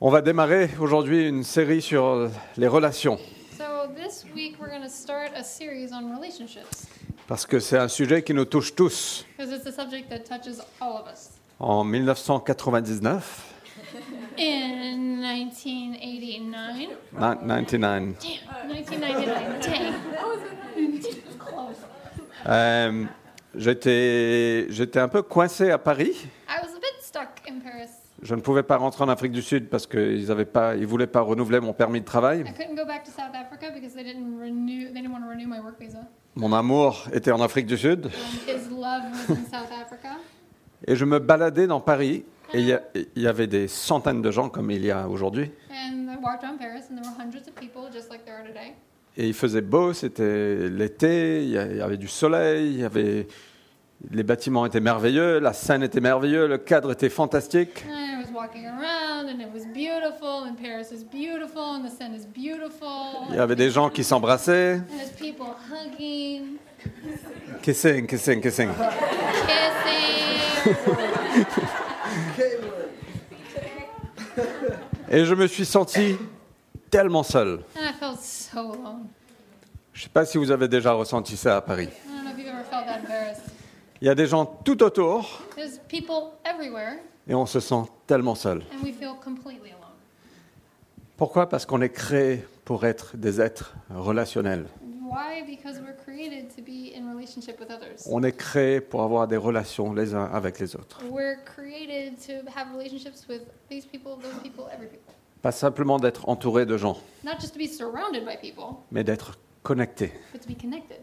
On va démarrer aujourd'hui une série sur euh, les relations, So this week we're going to start a series on relationships parce que c'est un sujet qui nous touche tous. because it's a subject that touches all of us. En 1999, In 1989, ni- 99, damn, 1999, dang, close. euh, j'étais j'étais un peu coincé à Paris. I was a bit stuck in Paris. Je ne pouvais pas rentrer en Afrique du Sud parce qu'ils avaient pas, ils voulaient pas renouveler mon permis de travail. I couldn't go back to South Africa because they didn't renew. They didn't want to renew my work visa. Mon amour était en Afrique du Sud Um, his love was in South Africa, et je me baladais dans Paris et il y a- il y avait des centaines de gens comme il y a aujourd'hui. and I walked around Paris, and there were hundreds of people just like there are today. Et il faisait beau, c'était l'été, il y a- il y avait du soleil, il y avait... les bâtiments étaient merveilleux, la scène était merveilleuse, le cadre était fantastique. And I was walking around, and it was beautiful, and Paris is beautiful, and the sun is beautiful. Il y avait des gens qui s'embrassaient. And There's people hugging, Kissing, kissing, kissing. kissing. Et je me suis senti tellement seul. and I felt so alone. Je ne sais pas si vous avez déjà ressenti ça à Paris. I don't know if you've ever felt that in Paris. Il y a des gens tout autour There's people everywhere, et on se sent tellement seul. and we feel completely alone. Pourquoi Parce qu'on est créé pour être des êtres relationnels. Why? Because we're created to be in relationship with others. On est créé pour avoir des relations les uns avec les autres. We're created to have relationships with these people, those people, every people. Pas simplement d'être entouré de gens. Not just to be surrounded by people, mais d'être connecté. but to be connected.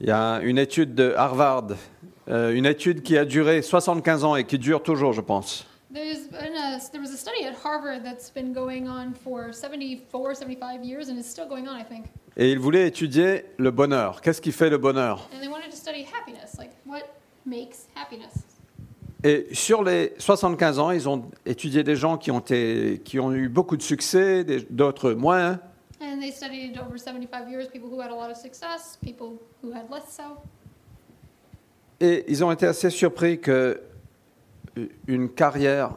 Il y a une étude de Harvard, euh, une étude qui a duré 75 ans et qui dure toujours, je pense, There's been a, there was a study at Harvard that's been going on for 74, 75 years, and is still going on, I think. et ils voulaient étudier le bonheur. Qu'est-ce qui fait le bonheur and they wanted to study happiness like what makes happiness Et sur les 75 ans, ils ont étudié des gens qui ont, été- qui ont eu beaucoup de succès, des- d'autres moins, and they studied over 75 years people who had a lot of success people who had less so et ils ont été assez surpris que euh, une carrière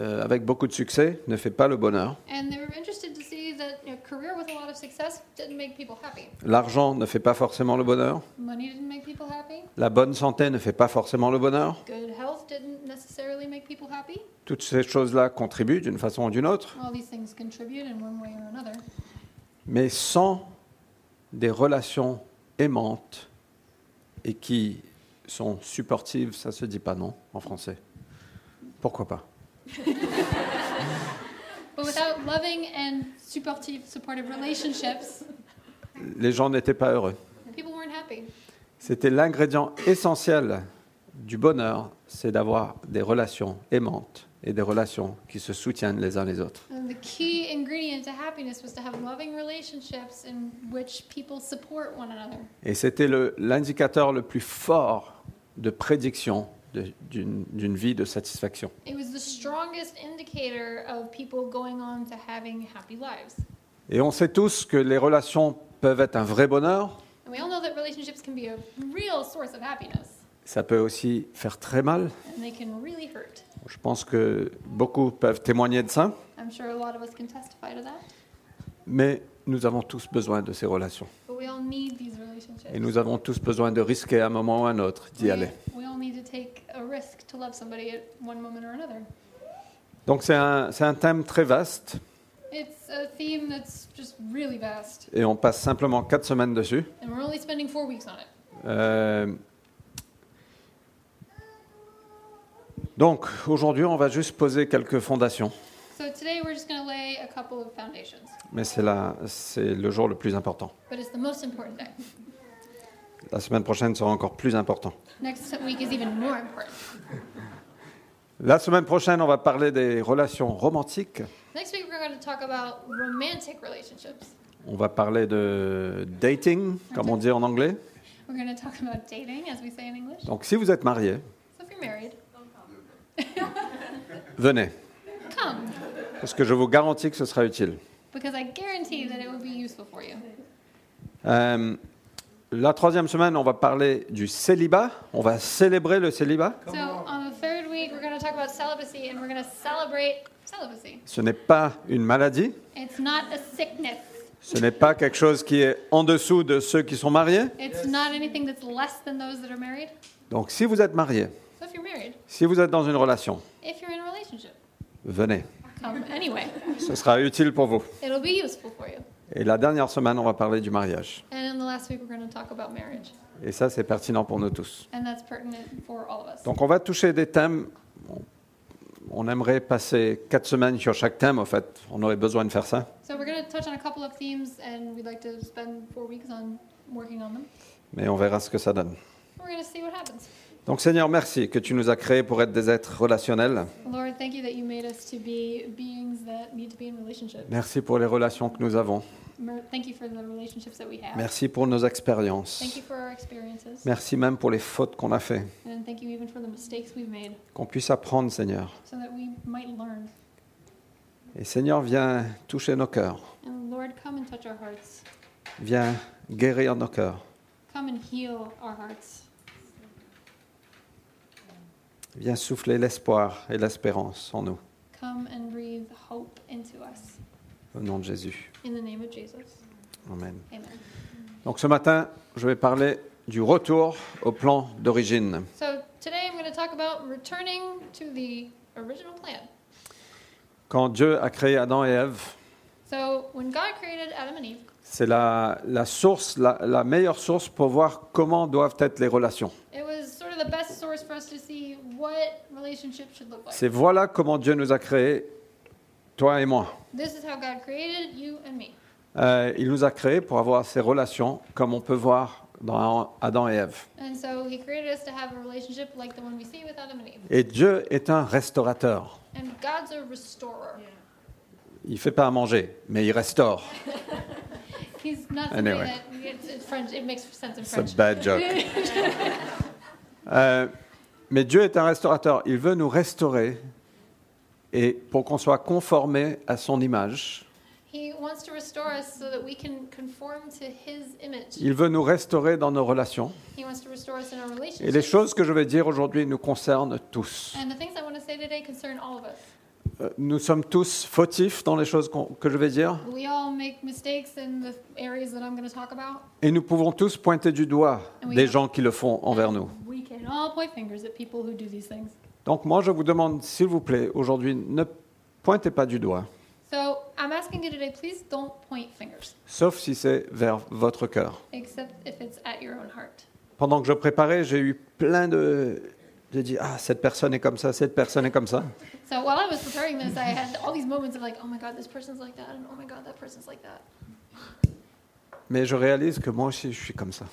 euh, avec beaucoup de succès ne fait pas le bonheur, and they were interested to see that a career with a lot of success didn't make people happy l'argent ne fait pas forcément le bonheur, money didn't make people happy la bonne santé ne fait pas forcément le bonheur. good health didn't necessarily make people happy Toutes ces choses-là contribuent d'une façon ou d'une autre, all these things contribute in one way or another mais sans des relations aimantes et qui sont supportives, ça se dit pas non en français. Pourquoi pas but without loving and supportive supportive relationships Les gens n'étaient pas heureux. people weren't happy C'était l'ingrédient essentiel du bonheur, c'est d'avoir des relations aimantes et des relations qui se soutiennent les uns les autres. And the key ingredient to happiness was to have loving relationships in which people support one another. Et c'était le- l'indicateur le, plus fort de prédiction de- d'une d'une vie de satisfaction. It was the strongest indicator of people going on to having happy lives. Et on sait tous que les relations peuvent être un vrai bonheur, And we all know that relationships can be a real source of happiness, ça peut aussi faire très mal. and they can really hurt. Je pense que beaucoup peuvent témoigner de ça, I'm sure a lot of us can testify to that. mais nous avons tous besoin de ces relations. But we all need these relationships. Et nous avons tous besoin de risquer à un moment ou à un autre d'y aller. We, we all need to take a risk to love somebody at one moment or another. Donc c'est un, c'est un thème très vaste It's a theme that's just really vast, et on passe simplement quatre semaines dessus. and we're only spending four weeks on it. Euh, Donc aujourd'hui on va juste poser quelques fondations, So today we're just going to lay a couple of foundations, mais c'est la- c'est le jour le plus important. but it's the most important day. La semaine prochaine sera encore plus important. Next week is even more important. La semaine prochaine, on va parler des relations romantiques. Next week we're going to talk about romantic relationships. On va parler de dating, comme on dit en anglais. We're going to talk about dating, as we say in English. So Donc, si vous êtes marié, if you're married, venez, come, parce que je vous garantis que ce sera utile. because I guarantee that it will be useful for you. Euh, la troisième semaine, on va parler du célibat. On va célébrer le célibat. So on the third week we're going to talk about celibacy and we're going to celebrate celibacy. Ce n'est pas une maladie, It's not a sickness. ce n'est pas quelque chose qui est en dessous de ceux qui sont mariés. It's not anything that's less than those that are married. Donc si vous êtes marié, So if you're married, si vous êtes dans une relation, if you're in a relationship, venez. come anyway. Ce sera utile pour vous. It'll be useful for you. Et la dernière semaine, on va parler du mariage. And in the last week, we're going to talk about marriage. Et ça, c'est pertinent pour nous tous. And that's pertinent for all of us. Donc on va toucher des thèmes. On- On aimerait passer quatre semaines sur chaque thème, en fait. On aurait besoin de faire ça. So we're going to touch on a couple of themes and we'd like to spend four weeks on working on them. Mais on verra ce que ça donne. We're going to see what happens. Donc Seigneur, merci que tu nous as créés pour être des êtres relationnels. Lord, thank you that you made us to be beings that need to be in relationship. Merci pour les relations que nous avons. Mer- Thank you for the relationships that we have. Merci pour nos Thank expériences. you for our experiences. Merci même pour les fautes qu'on a faites. And thank you even for the mistakes we've made Qu'on puisse apprendre, Seigneur. so that we might learn. Et Seigneur, viens toucher nos cœurs. And Lord, come and touch our hearts. Viens guérir nos cœurs. Come and heal our hearts. Viens souffler l'espoir et l'espérance en nous. Come and breathe hope into us. Au nom de Jésus. In the name of Jesus. Amen. Amen. Donc ce matin, je vais parler du retour au plan d'origine. So today I'm going to talk about returning to the original plan. Quand Dieu a créé Adam et Ève, So when God created Adam and Eve, c'est la, la source, la, la meilleure source pour voir comment doivent être les relations. it was sort of the best source for us to see what relationships should look like. C'est voilà comment Dieu nous a créés, toi et moi. This is how God created you and me. Euh, il nous a créés pour avoir ces relations, comme on peut voir dans Adam et Ève. And so he created us to have a relationship like the one we see with Adam and Eve. Et Dieu est un restaurateur. And God's a restorer. Il fait pas à manger, mais il restaure. He's not somebody Anyway. that it's, it's French. It makes sense in C'est French. a bad joke. Euh, mais Dieu est un restaurateur. Il veut nous restaurer et pour qu'on soit conformé à son image. He wants to restore us so that we can conform to His image. Il veut nous restaurer dans nos relations. He wants to restore us in our Et les relationships. choses que je vais dire aujourd'hui nous concernent tous. And the things I want to say today concern all of us. Euh, Nous sommes tous fautifs dans les choses qu'on- que je vais dire. We all make mistakes in the areas that I'm going to talk about. Et nous pouvons tous pointer du doigt Oui. des gens qui le font envers nous. We can all point fingers at people who do these things. Donc moi, je vous demande, s'il vous plaît, aujourd'hui, ne pointez pas du doigt, So I'm asking you today, please don't point fingers, sauf si c'est vers votre cœur. except if it's at your own heart. Pendant que je préparais, j'ai eu plein de... J'ai dit, ah, cette personne est comme ça, cette personne est comme ça. So while I was preparing this, I had all these moments of like, oh my God, this person's like that, and oh my God, that person's like that. Mais je réalise que moi aussi, je suis comme ça.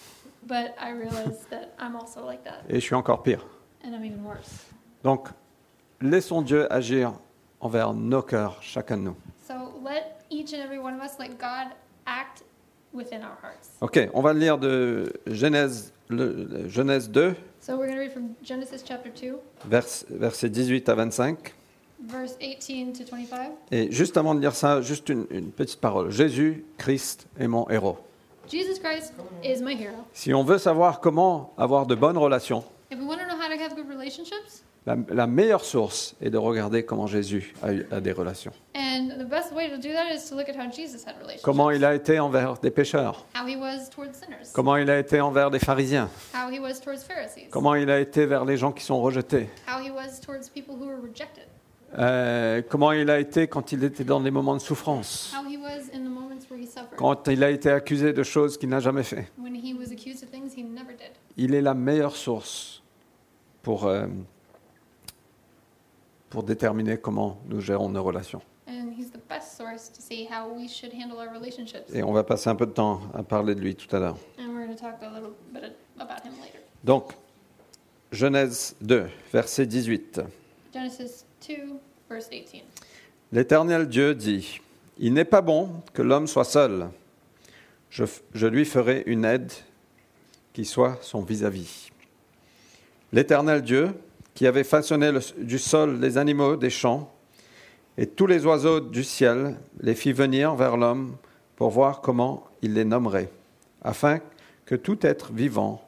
But I realized that I'm also like that, Et je suis encore pire. and I'm even worse. Donc, laissons Dieu agir envers nos cœurs, chacun de nous. So let each and every one of us let God act within our hearts. Ok, on va lire de Genèse, le- le- Genèse 2, So we're going to read from Genesis chapter 2, vers, versets 18 à 25. verse 18 to 25. Et juste avant de lire ça, juste une, une petite parole. Jésus, Christ est mon héros. Jesus Christ is my hero. Si on veut savoir comment avoir de bonnes relations, If we want to know how to have good relationships, la, la meilleure source est de regarder comment Jésus a, eu- a des relations. and the best way to do that is to look at how Jesus had relationships. Comment il a été envers des pécheurs, How he was towards sinners. comment il a été envers des pharisiens, How he was towards Pharisees. comment il a été vers les gens qui sont rejetés, How he was towards people who were rejected. euh, comment il a été quand il était dans les moments de souffrance, How he was in the moments where he suffered. quand il a été accusé de choses qu'il n'a jamais fait. When he was accused of things he never did. il est la meilleure source pour, euh, pour déterminer comment nous gérons nos relations. And he's the best source to see how we should handle our relationships. Et on va passer un peu de temps à parler de lui tout à l'heure. And we're going to talk a little bit about him later. Donc, Genèse 2, verset 18. Genesis 2, verse 18. L'Éternel Dieu dit, Il n'est pas bon que l'homme soit seul. Je, f- je lui ferai une aide qui soit son vis-à-vis. L'Éternel Dieu, qui avait façonné le- du sol les animaux des champs et tous les oiseaux du ciel, les fit venir vers l'homme pour voir comment il les nommerait, afin que tout être vivant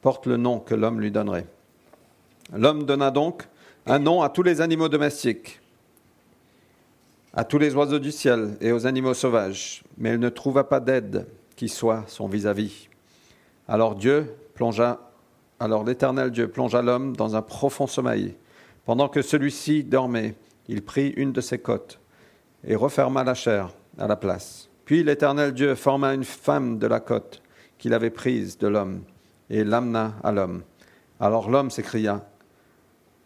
porte le nom que l'homme lui donnerait. L'homme donna donc un nom à tous les animaux domestiques, à tous les oiseaux du ciel et aux animaux sauvages, mais elle ne trouva pas d'aide qui soit son vis-à-vis. Alors Dieu plongea, alors l'Éternel Dieu plongea l'homme dans un profond sommeil. Pendant que celui-ci dormait, il prit une de ses côtes et referma la chair à la place. Puis l'Éternel Dieu forma une femme de la côte qu'il avait prise de l'homme et l'amena à l'homme. Alors l'homme s'écria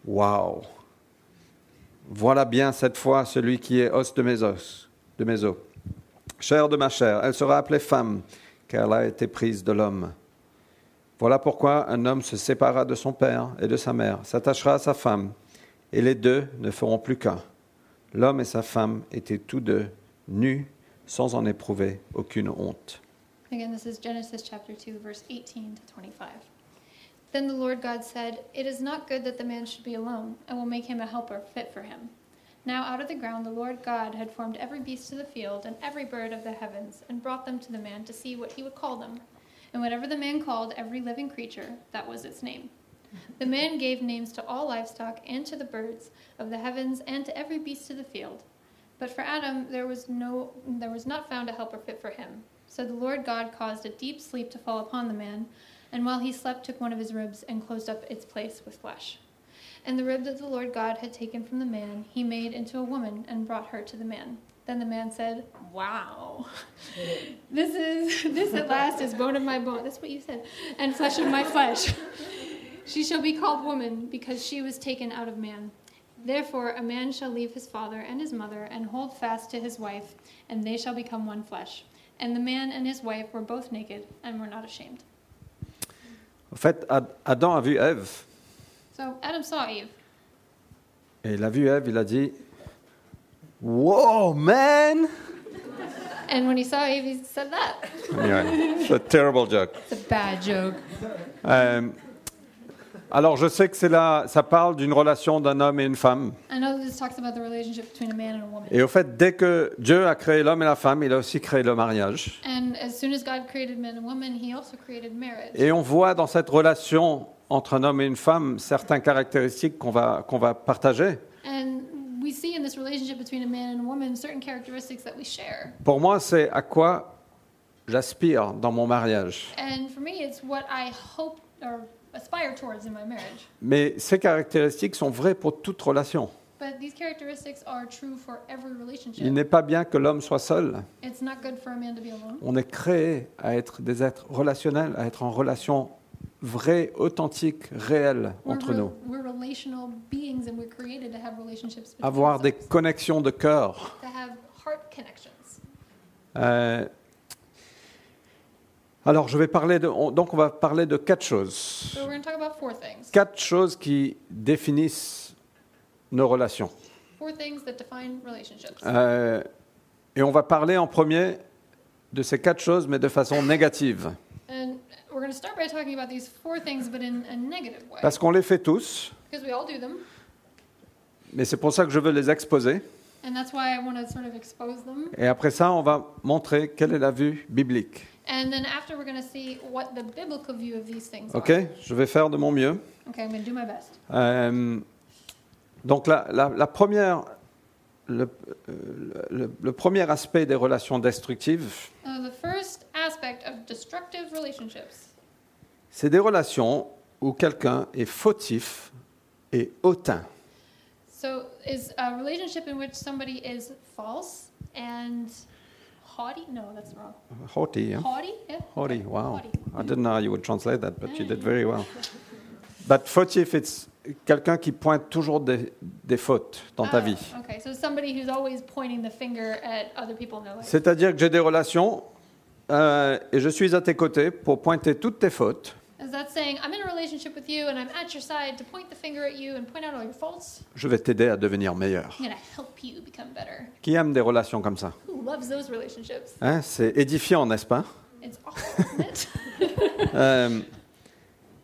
Waouh Voilà bien cette fois celui qui est os de mes os, de mes os, chair de ma chair. Elle sera appelée femme, car elle a été prise de l'homme. Voilà pourquoi un homme se sépara de son père et de sa mère, s'attachera à sa femme, et les deux ne feront plus qu'un. L'homme et sa femme étaient tous deux nus, sans en éprouver aucune honte. Again, this is Genesis chapter 2, verse 18 to 25. Then the Lord God said, It is not good that the man should be alone. I will make him a helper fit for him. Now out of the ground the Lord God had formed every beast of the field and every bird of the heavens, and brought them to the man to see what he would call them. And whatever the man called every living creature, that was its name. The man gave names to all livestock and to the birds of the heavens and to every beast of the field. But for Adam there was no there was not found a helper fit for him. So the Lord God caused a deep sleep to fall upon the man, and while he slept took one of his ribs and closed up its place with flesh. And the rib that the Lord God had taken from the man he made into a woman and brought her to the man. Then the man said, Wow. This is this at last is bone of my bone. That's what you said. And flesh of my flesh. She shall be called woman because she was taken out of man. Therefore, a man shall leave his father and his mother and hold fast to his wife, and they shall become one flesh. And the man and his wife were both naked and were not ashamed. En fait, Ad- Adam a vu Ève, So Adam saw Eve, et il a vu Ève, il a dit Wow, man and when he saw Eve, he said that. Anyway, it's a terrible joke. It's a bad joke. Euh, alors, je sais que c'est là, ça parle d'une relation d'un homme et une femme. I know this talks about the relationship between a man and a woman. Et au fait, dès que Dieu a créé l'homme et la femme, il a aussi créé le mariage. And as soon as God created man and woman, he also created marriage. Et on voit dans cette relation entre un homme et une femme certaines caractéristiques qu'on va, qu'on va partager. And we see in this relationship between a man and a woman certain characteristics that we share. Pour moi, c'est à quoi j'aspire dans mon mariage. And for me, it's what I hope or aspire towards in my marriage. Mais ces caractéristiques sont vraies pour toute relation. But these characteristics are true for every Il relationship. n'est pas bien que l'homme soit seul. It's not good for a man to be alone. On est créé à être des êtres relationnels, à être en relation vraie, authentique, réelle We're, entre re- nous. we're relational beings and we're created to have relationships between Avoir des ourselves, connexions de cœur. to have heart connections. Euh, alors, je vais parler de, on- donc on va parler de quatre choses. So we're going to talk about four things. Quatre choses qui définissent nos relations. Four things that define relationships. Euh, et on va parler en premier de ces quatre choses, mais de façon négative. And we're going to start by talking about these four things, but in a negative way. Parce qu'on les fait tous, Because we all do them, mais c'est pour ça que je veux les exposer. and that's why I want to sort of expose them. Et après ça, on va montrer quelle est la vue biblique. And then after, we're going to see what the biblical view of these things OK Je vais faire de mon mieux. are. Okay, I'm going to do my best. Euh, donc la, la- la première, le, euh, le- le premier aspect des relations destructives, Uh, the first aspect of destructive relationships c'est des relations où quelqu'un est fautif et hautain. so is a relationship in which somebody is false and haughty. No, that's wrong. Haughty, hein? Haughty. Yeah. Haughty, wow. Haughty. I didn't know how you would translate that, but you did very well. But fautif, it's quelqu'un qui pointe toujours des, des fautes dans ta Ah, vie. Okay, so somebody who's always pointing the finger at other people in their life. C'est-à-dire que j'ai des relations euh, et je suis à tes côtés pour pointer toutes tes fautes. Is that saying I'm in a relationship with you and I'm at your side to point the finger at you and point out all your faults? Je vais t'aider à devenir meilleur. I'm gonna help you become better. Qui aime des relations comme ça Who loves those relationships? Hein, C'est édifiant, n'est-ce pas It's awful, isn't it? Euh,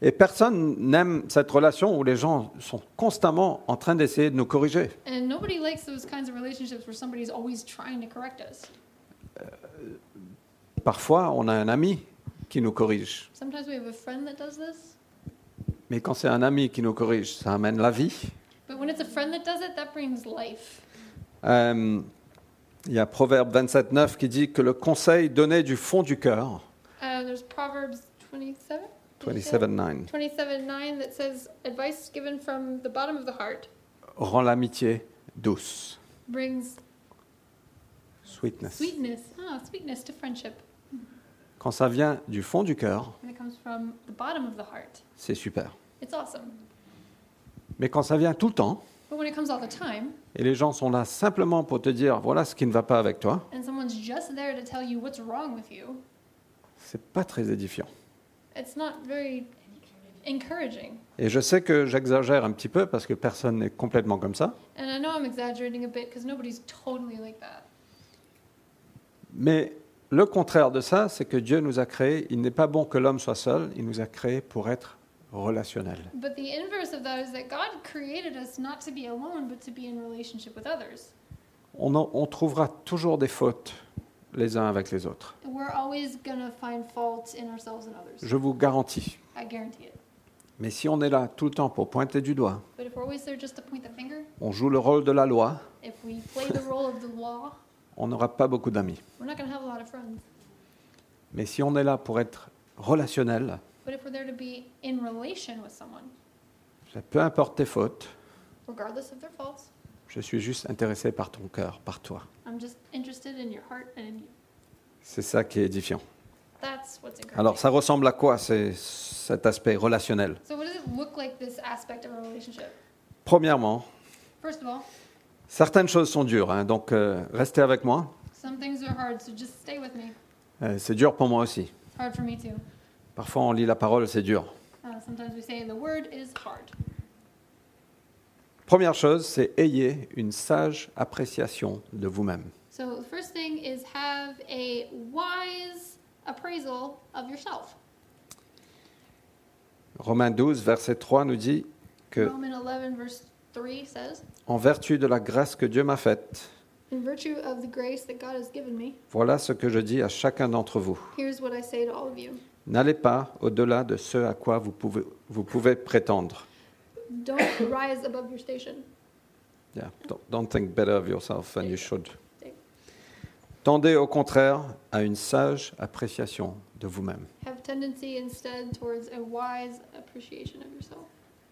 Et personne n'aime cette relation où les gens sont constamment en train d'essayer de nous corriger. and nobody likes those kinds of relationships where somebody's always trying to correct us. Parfois, on a un ami qui nous corrige. Sometimes we have a friend that does this, Mais quand c'est un ami qui nous corrige, ça amène la vie. But when it's a friend that does it, that brings life. Euh, il y a Proverbe 27, 9 qui dit que le conseil donné du fond du cœur, Uh, there's Proverbs 27? 27, 9, 27 9 that says, Advice given from the bottom of the heart rend l'amitié douce. brings Sweetness. sweetness, ah, sweetness to friendship. Quand ça vient du fond du cœur, And it comes from the bottom of the heart. c'est super. It's awesome. Mais quand ça vient tout le temps, But when it comes all the time, et les gens sont là simplement pour te dire voilà ce qui ne va pas avec toi, and someone's just there to tell you what's wrong with you, c'est pas très édifiant. it's not very encouraging. Et je sais que j'exagère un petit peu parce que personne n'est complètement comme ça, And I know I'm exaggerating a bit because nobody's totally like that. mais le contraire de ça, c'est que Dieu nous a créés, il n'est pas bon que l'homme soit seul, il nous a créés pour être relationnel. But the inverse of that is that God created us not to be alone, but to be in relationship with others. On, en- on trouvera toujours des fautes les uns avec les autres. We're always going to find faults in ourselves and others. Je vous garantis. I guarantee it. Mais si on est là tout le temps pour pointer du doigt, But if we're always there just to point the finger, on joue le rôle de la loi, if we play the role of the law, on n'aura pas beaucoup d'amis. we're not going to have a lot of friends. Mais si on est là pour être relationnel, But if we're there to be in relation with someone, ça- peu importe tes fautes, regardless of their faults, je suis juste intéressé par ton cœur, par toi. I'm just interested in your heart and in you. C'est ça qui est édifiant. That's what's encouraging. Alors ça ressemble à quoi c'est- cet aspect relationnel so, what does it look like, this aspect of a relationship? Premièrement, First of all, certaines choses sont dures, hein, donc euh, restez avec moi. some things are hard, so just stay with me. Euh, c'est dur pour moi aussi. It's hard for me too. Parfois on lit la parole, c'est dur. Uh, sometimes we say the word is hard. Première chose, c'est ayez une sage appréciation de vous-même. So, the first thing is have a wise appraisal of yourself. Romains 12, verset 3 nous dit que Romans 11, verse 3 says, en vertu de la grâce que Dieu m'a faite, In virtue of the grace that God has given me, voilà ce que je dis à chacun d'entre vous. here's what I say to all of you N'allez pas au-delà de ce à quoi vous pouvez, vous pouvez prétendre. Don't rise above your station. Yeah, don't, don't think better of yourself than you should. Take- Tendez au contraire à une sage appréciation de vous-même. Have tendency instead towards a wise appreciation of yourself,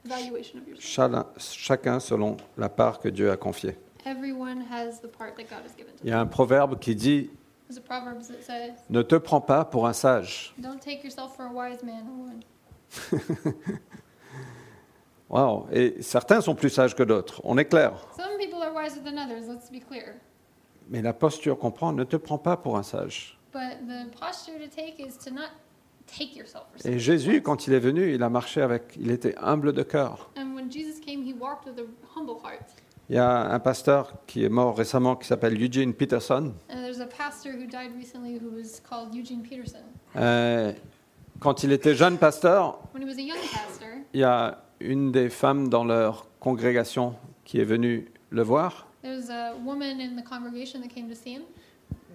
evaluation of yourself. Chala- Chacun selon la part que Dieu a confiée. Everyone has the part that God has given to Il y a them. un proverbe qui dit There's a proverb that says, Ne te prends pas pour un sage. Don't take yourself for a wise man or woman. Wow. Et certains sont plus sages que d'autres, on est clair. Some people are wiser than others, let's be clear. Mais la posture qu'on prend ne te prends pas pour un sage. But the posture to take is to not take yourself for Et something. Jésus, quand il est venu, il a marché avec. Il était humble de cœur. And when Jesus came, he walked with a humble heart. Il y a un pasteur qui est mort récemment qui s'appelle Eugene Peterson. And there's a pastor who died recently who was called Eugene Peterson. Euh, quand il était jeune pasteur, When he was a young pastor, il y a une des femmes dans leur congrégation qui est venue le voir there was a woman in the congregation that came to see him,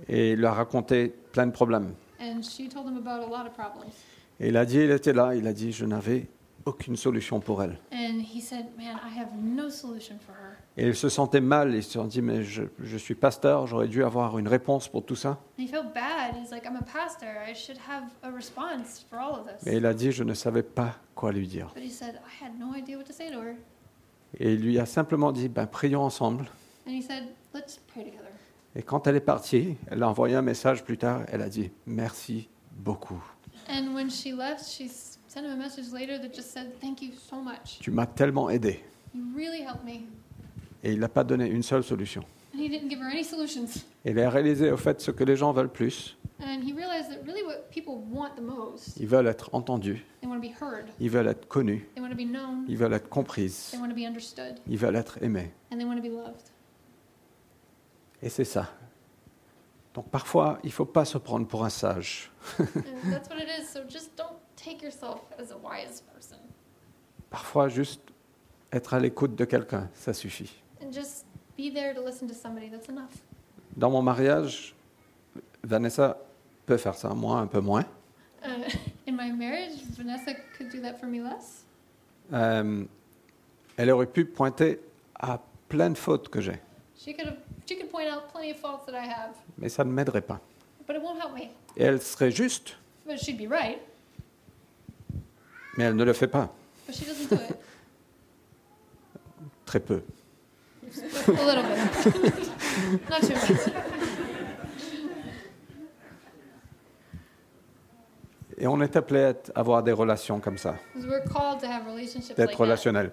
et il lui a raconté plein de problèmes. and she told him about a lot of problems. Et il a dit, il était là, il a dit, je n'avais aucune solution pour elle. And he said, Man, I have no solution for her. Et il se sentait mal, il se dit, mais je, je suis pasteur, j'aurais dû avoir une réponse pour tout ça. And he felt bad. He's like, I'm a pastor. I should have a response for all of Et this. il a dit, je ne savais pas quoi lui dire. But he said, I had no idea what to say to her. Et il lui a simplement dit, ben, prions ensemble. And he said, Let's pray together. Et quand elle est partie, elle a envoyé un message plus tard, elle a dit merci beaucoup. And when she left, she s- sent him a message later that just said, Thank you so much. Tu m'as tellement aidé. You really helped me. Et il n'a pas donné une seule solution. And he didn't give her any solutions. Et il a réalisé au fait ce que les gens veulent plus. And he realized that really what people want the most, Ils veulent être entendus, they want to be heard, ils veulent être connus, they want to be known, ils veulent être comprises, they want to be understood, ils veulent être aimés. and they want to be loved. Et c'est ça. Donc parfois, il ne faut pas se prendre pour un sage. And that's what it is. So just don't take yourself as a wise person. Parfois, juste être à l'écoute de quelqu'un, ça suffit. And just be there to listen to somebody. That's enough. Dans mon mariage, Vanessa peut faire ça, moi un peu moins. Uh, in my marriage, Vanessa could do that for me less. Euh, Elle aurait pu pointer à plein de fautes que j'ai, She could have, she could point out plenty of faults that I have, mais ça ne m'aiderait pas. but it won't help me. Et elle serait juste, But she'd be right, mais elle ne le fait pas, but she doesn't do it. très peu. a little bit, not too much. Et on est appelé à t- avoir des relations comme ça, 'Cause we're called to have relationships d'être like that. relationnel.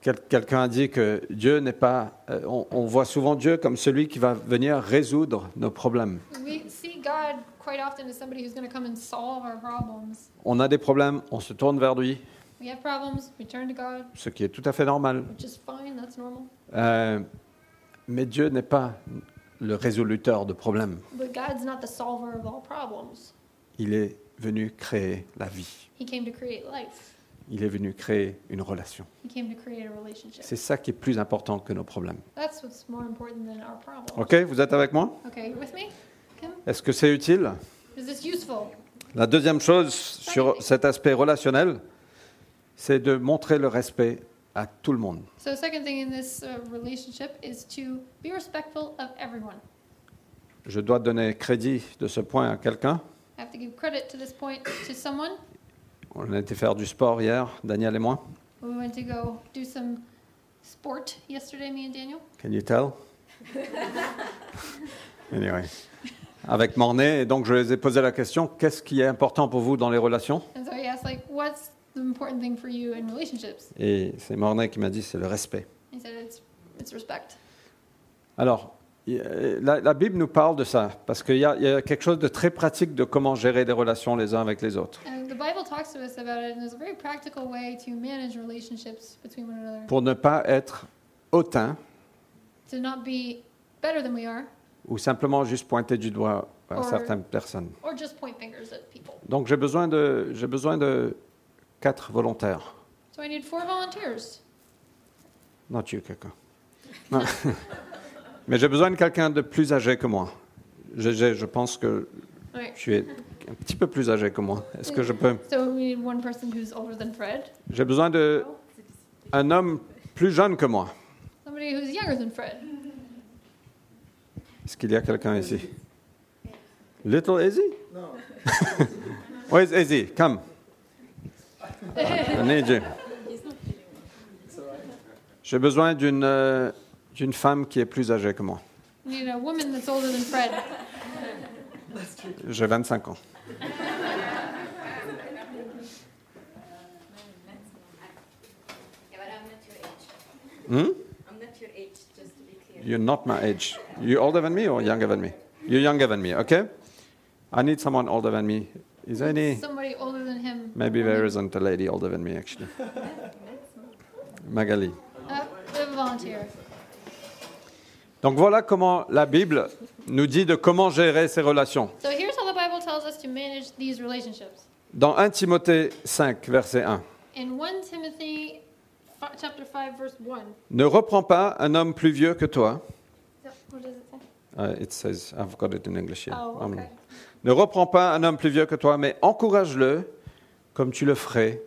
Quel- Quelqu'un a dit que Dieu n'est pas. euh, on, on voit souvent Dieu comme celui qui va venir résoudre nos problèmes. We see God quite often as somebody who's going to come and solve our problems. On a des problèmes, on se tourne vers lui, We have problems, we turn to God, ce qui est tout à fait normal. which is fine, that's normal. Euh, mais Dieu n'est pas le résoluteur de problèmes. But God's not the solver of all problems. Il est venu créer la vie. He came to create life, Il est venu créer une relation. He came to create a relationship. C'est ça qui est plus important que nos problèmes. That's what's more important than our problems. Ok, vous êtes avec moi Okay, you with me, Kim? Est-ce que c'est utile Is this useful? La deuxième chose sur cet aspect relationnel, c'est de montrer le respect à tout le monde. So, second thing in this uh, relationship is to be respectful of everyone. Je dois donner crédit de ce point à quelqu'un. I have to give credit to this point to someone. On a été faire du sport hier, Daniel et moi. We went to go do some sport yesterday, me and Daniel. Can you tell? Anyway. Avec Mornay, et donc je les ai posé la question qu'est-ce qui est important pour vous dans les relations And so he asked, like, what's the important thing for you in relationships? Et c'est Mornay qui m'a dit c'est le respect. He said, it's, it's respect. Alors, y- euh, la, la Bible nous parle de ça, parce qu'il y, a- il y a quelque chose de très pratique de comment gérer des relations les uns avec les autres, And the Bible talks to us about it, and there's a very practical way to manage relationships between one another. pour ne pas être hautain To not be better than we are, ou simplement juste pointer du doigt à Ouais. certaines personnes. or just point fingers at people. Donc, j'ai besoin, de, j'ai besoin de quatre volontaires. So I need four volunteers. Not you, quelqu'un. Non. Mais j'ai besoin de quelqu'un de plus âgé que moi. Je, je- je pense que All right. tu es un petit peu plus âgé que moi. Est-ce que je peux So we need one person who's older than Fred, J'ai besoin de un homme plus jeune que moi. somebody who's younger than Fred. Est-ce qu'il y a quelqu'un ici? Little Izzy? Non. Where's Izzy? Come. I need you. J'ai besoin d'une euh, d'une femme qui est plus âgée que moi. We need a woman that's older than Fred. J'ai 25 ans. Yeah, but I'm not your age. Hmm? I'm not your age, just to be clear. You're not my age. You're older than me or younger than me? You're younger than me, okay? I need someone older than me. Is there any? Somebody older than him. Maybe there isn't a lady older than me, actually. Magali. Uh, we have a volunteer. Donc voilà comment la Bible nous dit de comment gérer ces relations. So here's how the Bible tells us to manage these relationships. Dans 1 Timothée 5, verset 1. In 1 Timothy fi- chapter 5 verse 1. Ne reprends pas un homme plus vieux que toi. What does it say? Uh, it says, I've got it in English here. Oh, Um, okay. Ne reprends pas un homme plus vieux que toi, mais encourage-le comme tu le ferais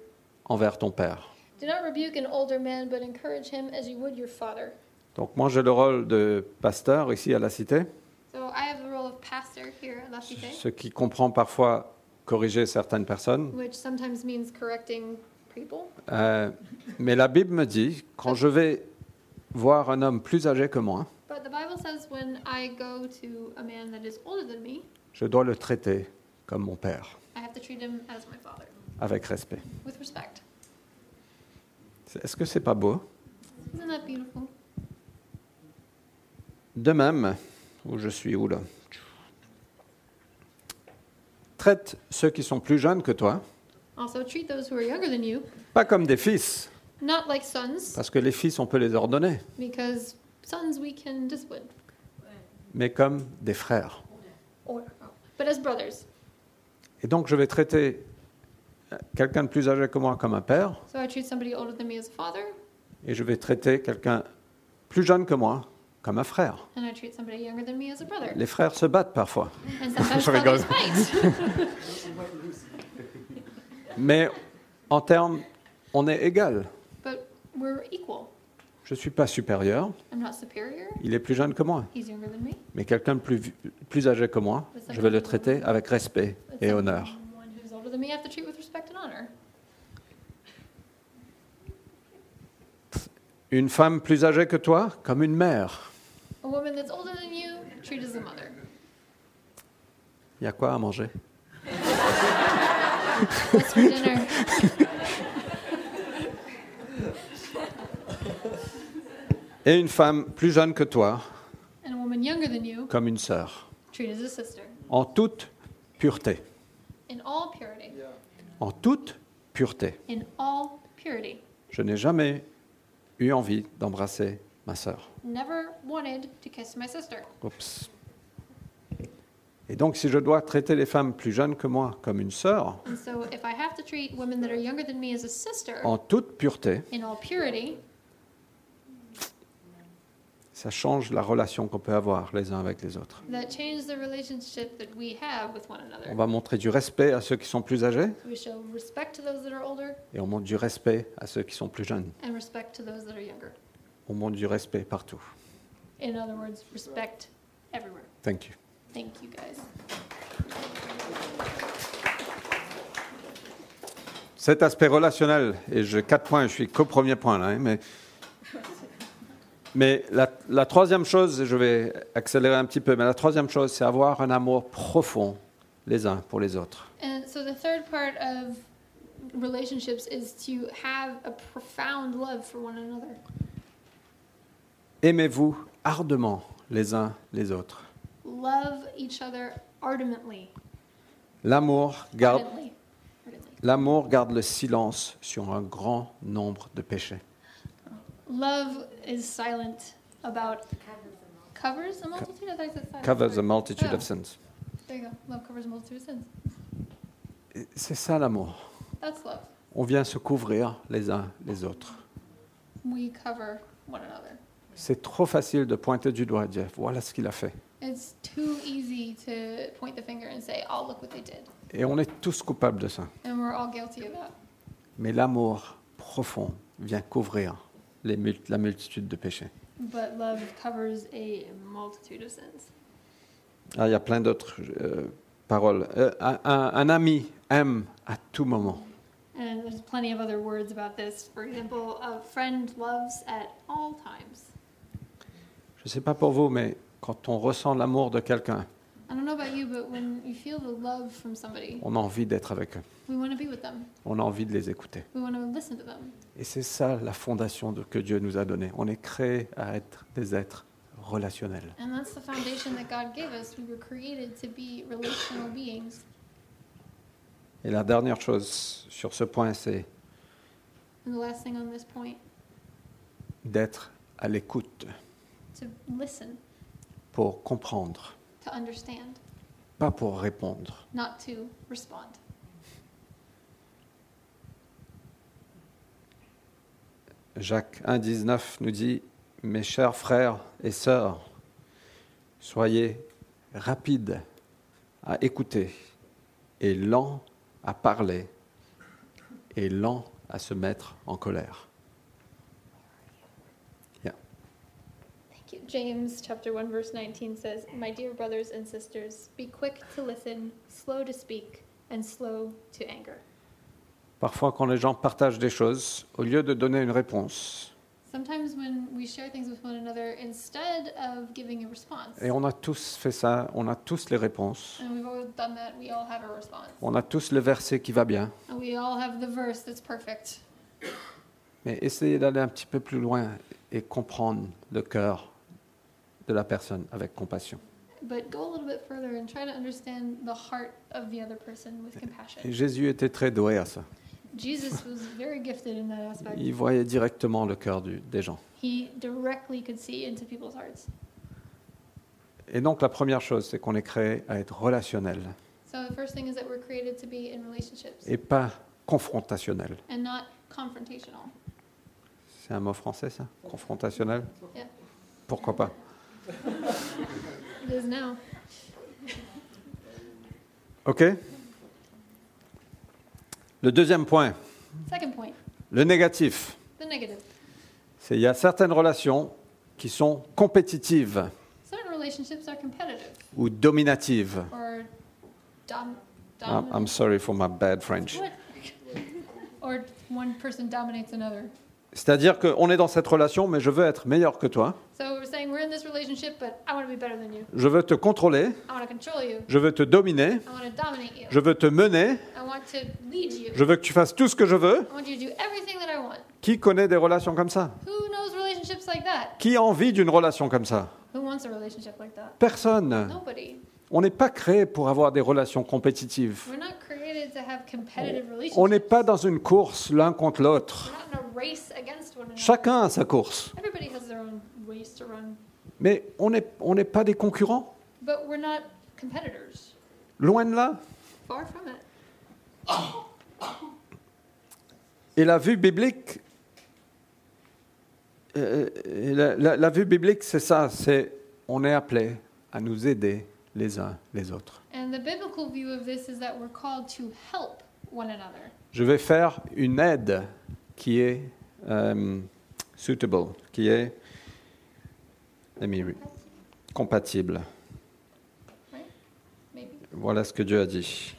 envers ton père. Do not rebuke an older man, but encourage him as you would your father. Donc moi j'ai le rôle de pasteur ici à la cité, So I have the role of pastor here at La Cité, ce qui comprend parfois corriger certaines personnes. which sometimes means correcting people. Euh, mais la Bible me dit, quand je vais voir un homme plus âgé que moi, But the Bible says when I go to a man that is older than me, je dois le traiter comme mon père, I have to treat him as my father avec respect. with respect. C'est- Est-ce que c'est pas beau Isn't that beautiful? De même, où je suis où là Traite ceux qui sont plus jeunes que toi, Also, treat those who are younger than you pas comme des fils, not like sons, parce que les fils on peut les ordonner, because sons we can discipline, mais comme des frères. or but as brothers. Et donc, je vais traiter euh, quelqu'un de plus âgé que moi comme un père, So I treat somebody older than me as a father, et je vais traiter quelqu'un plus jeune que moi comme un frère. and I treat somebody younger than me as a brother. Les frères se battent parfois, And sometimes Sorry, fathers guys. fight. mais en termes, on est égal. But We're equal. Je ne suis pas supérieur, I'm not superior. il est plus jeune que moi, He's younger than me. mais quelqu'un de plus, vi- plus âgé que moi, je vais le traiter avec respect But et honneur. Someone who's older than me, I have to treat with respect and honor. Une femme plus âgée que toi, comme une mère. A woman that's older than you, treat as a mother. Il y a quoi à manger What's for dinner? Et une femme plus jeune que toi, And a woman younger than you, comme une sœur. treat as a sister. En toute pureté. In all purity. En toute pureté. In all purity. Je n'ai jamais eu envie d'embrasser ma sœur. Never wanted to kiss my sister. Oups. Et donc, si je dois traiter les femmes plus jeunes que moi comme une sœur, And so if I have to treat women that are younger than me as a sister, en toute pureté, in all purity, ça change la relation qu'on peut avoir les uns avec les autres. that changes the relationship that we have with one another. On va montrer du respect à ceux qui sont plus âgés We show respect to those that are older et on montre du respect à ceux qui sont plus jeunes. and respect to those that are younger. On montre du respect partout. In other words, respect everywhere. Thank you. Thank you, guys. Cet aspect relationnel, et j'ai quatre points, je suis qu'au premier point là, hein, mais, mais la, la troisième chose, et je vais accélérer un petit peu, mais la troisième chose, c'est avoir un amour profond les uns pour les autres. And so the third part of relationships is to have a profound love for one another. Aimez-vous ardemment les uns les autres. Love each other ardently. L'amour garde, Ardently. Ardently. l'amour garde le silence sur un grand nombre de péchés. Love is silent about covers a multitude of things. Covers a multitude of sins. Oh, There you go. Love covers a multitude of sins. Et C'est ça l'amour. That's love. On vient se couvrir les uns les autres. We cover one another. C'est trop facile de pointer du doigt et dire voilà ce qu'il a fait. It's too easy to point the finger and say, "Oh, look what they did," Et on est tous coupables de ça. and we're all guilty of that. Mais l'amour profond vient couvrir les mul- la multitude de péchés. But love covers a multitude of sins. Ah, il y a plein d'autres euh, paroles. Euh, un, un- un ami aime à tout moment. And there's plenty of other words about this. For example, a friend loves at all times. Je ne sais pas pour vous, mais quand on ressent l'amour de quelqu'un, I don't know about you, but when you feel the love from somebody, on a envie d'être avec eux. we want to be with them. On a envie de les écouter. We want to listen to them. Et c'est ça la fondation de- que Dieu nous a donnée. On est créé à être des êtres relationnels. And that's the foundation that God gave us. We were created to be relational beings. Et la dernière chose sur ce point, c'est And the last thing on this point, d'être à l'écoute to listen, pour comprendre, to understand, pas pour répondre. not to respond. Jacques 1,19 nous dit Mes chers frères et sœurs, soyez rapides à écouter et lents à parler et lents à se mettre en colère. Thank you. James chapter 1 verse 19 says, "My dear brothers and sisters, be quick to listen, slow to speak, and slow to anger." Parfois, quand les gens partagent des choses, au lieu de donner une réponse, Sometimes when we share things with one another instead of giving a response, et on a tous fait ça, on a tous les réponses, and we've all done that, we all have a response. on a tous le verset qui va bien, And we all have the verse that's perfect. mais essayez d'aller un petit peu plus loin et comprendre le cœur de la personne avec compassion. But go a little bit further and try to understand the heart of the other person with Et compassion. Jésus était très doué à ça. Jesus was very gifted in that aspect. Il voyait directement le cœur du- des gens. He directly could see into people's hearts. Et donc la première chose, c'est qu'on est créé à être relationnel So the first thing is that we're created to be in relationships et pas confrontationnel. and not confrontational. C'est un mot français ça Confrontationnel Yeah. Pourquoi pas It is now. Ok Le deuxième point, Second point, le négatif. the negative. C'est il y a certaines relations qui sont compétitives Certain relationships are competitive ou dominatives. or dom- I'm, dominant. I'm sorry for my bad French. What? or one person dominates another. C'est-à-dire qu'on est dans cette relation, mais je veux être meilleur que toi. So we're saying we're in this relationship, but I want to be better than you. Je veux te contrôler. I want to control you. Je veux te dominer. I want to dominate you. Je veux te mener. I want to lead you. Je veux que tu fasses tout ce que je veux. I want you to do everything that I want. Qui connaît des relations comme ça Who knows relationships like that? Qui a envie d'une relation comme ça Who wants a relationship like that? Personne. Nobody. On n'est pas créé pour avoir des relations compétitives. We're not created to have competitive relationships. On n'est pas dans une course l'un contre We're l'autre. not in a race against one another. Chacun a sa course. Everybody has their own race to run, Mais on n'est on n'est pas des concurrents. but we're not competitors. Loin de là. Far from it. Et la vue biblique, euh, et la, la- la vue biblique, c'est ça, c'est on est appelé à nous aider les uns les autres. And the biblical view of this is that we're called to help one another. Je vais faire une aide qui est euh, suitable, qui est let me re- compatible. Maybe. Voilà ce que Dieu a dit.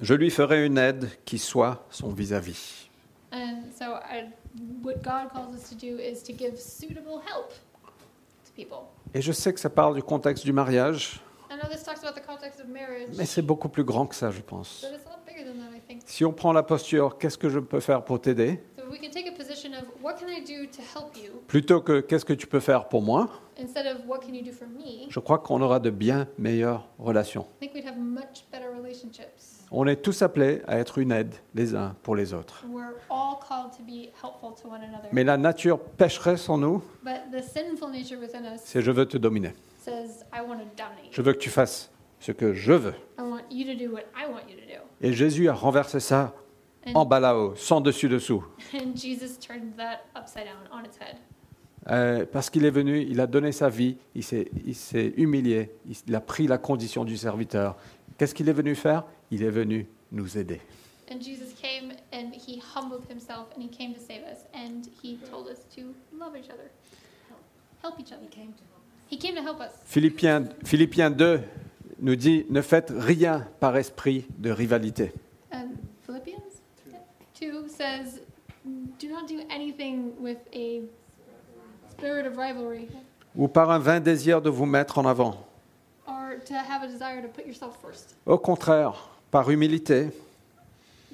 Je lui ferai une aide qui soit son vis-à-vis. And so, I, what God calls us to do is to give suitable help to people. Et je sais que ça parle du contexte du mariage, I know this talks about the context of marriage, mais c'est beaucoup plus grand que ça, je pense. but it's a lot bigger than that, I think. Si on prend la posture, qu'est-ce que je peux faire pour t'aider So, if we can take a position of what can I do to help you Plutôt que qu'est-ce que tu peux faire pour moi, instead of what can you do for me, je crois qu'on aura de bien meilleures relations. I think we'd have much better relationships. On est tous appelés à être une aide les uns pour les autres. We're all called to be helpful to one another. Mais la nature pécheresse en nous, But the sinful nature within us c'est je veux te dominer. says, I want to dominate. Je veux que tu fasses ce que je veux. I want you to do what I want you to do. Et Jésus a renversé ça en And, bas là-haut, sans dessus-dessous. and Jesus turned that upside down on its head. Euh, parce qu'il est venu, il a donné sa vie, il s'est, il s'est humilié, il a pris la condition du serviteur. Qu'est-ce qu'il est venu faire Il est venu nous aider. And Jesus came and he humbled himself and he came to save us. And he told us to love each other, help each other. He came to help. He came to help us. Philippiens, Philippiens 2 nous dit Ne faites rien par esprit de rivalité. Um, Philippians 2 says, Do not do anything with a spirit of rivalry ou par un vain désir de vous mettre en avant. or to have a desire to put yourself first. Au contraire, par humilité,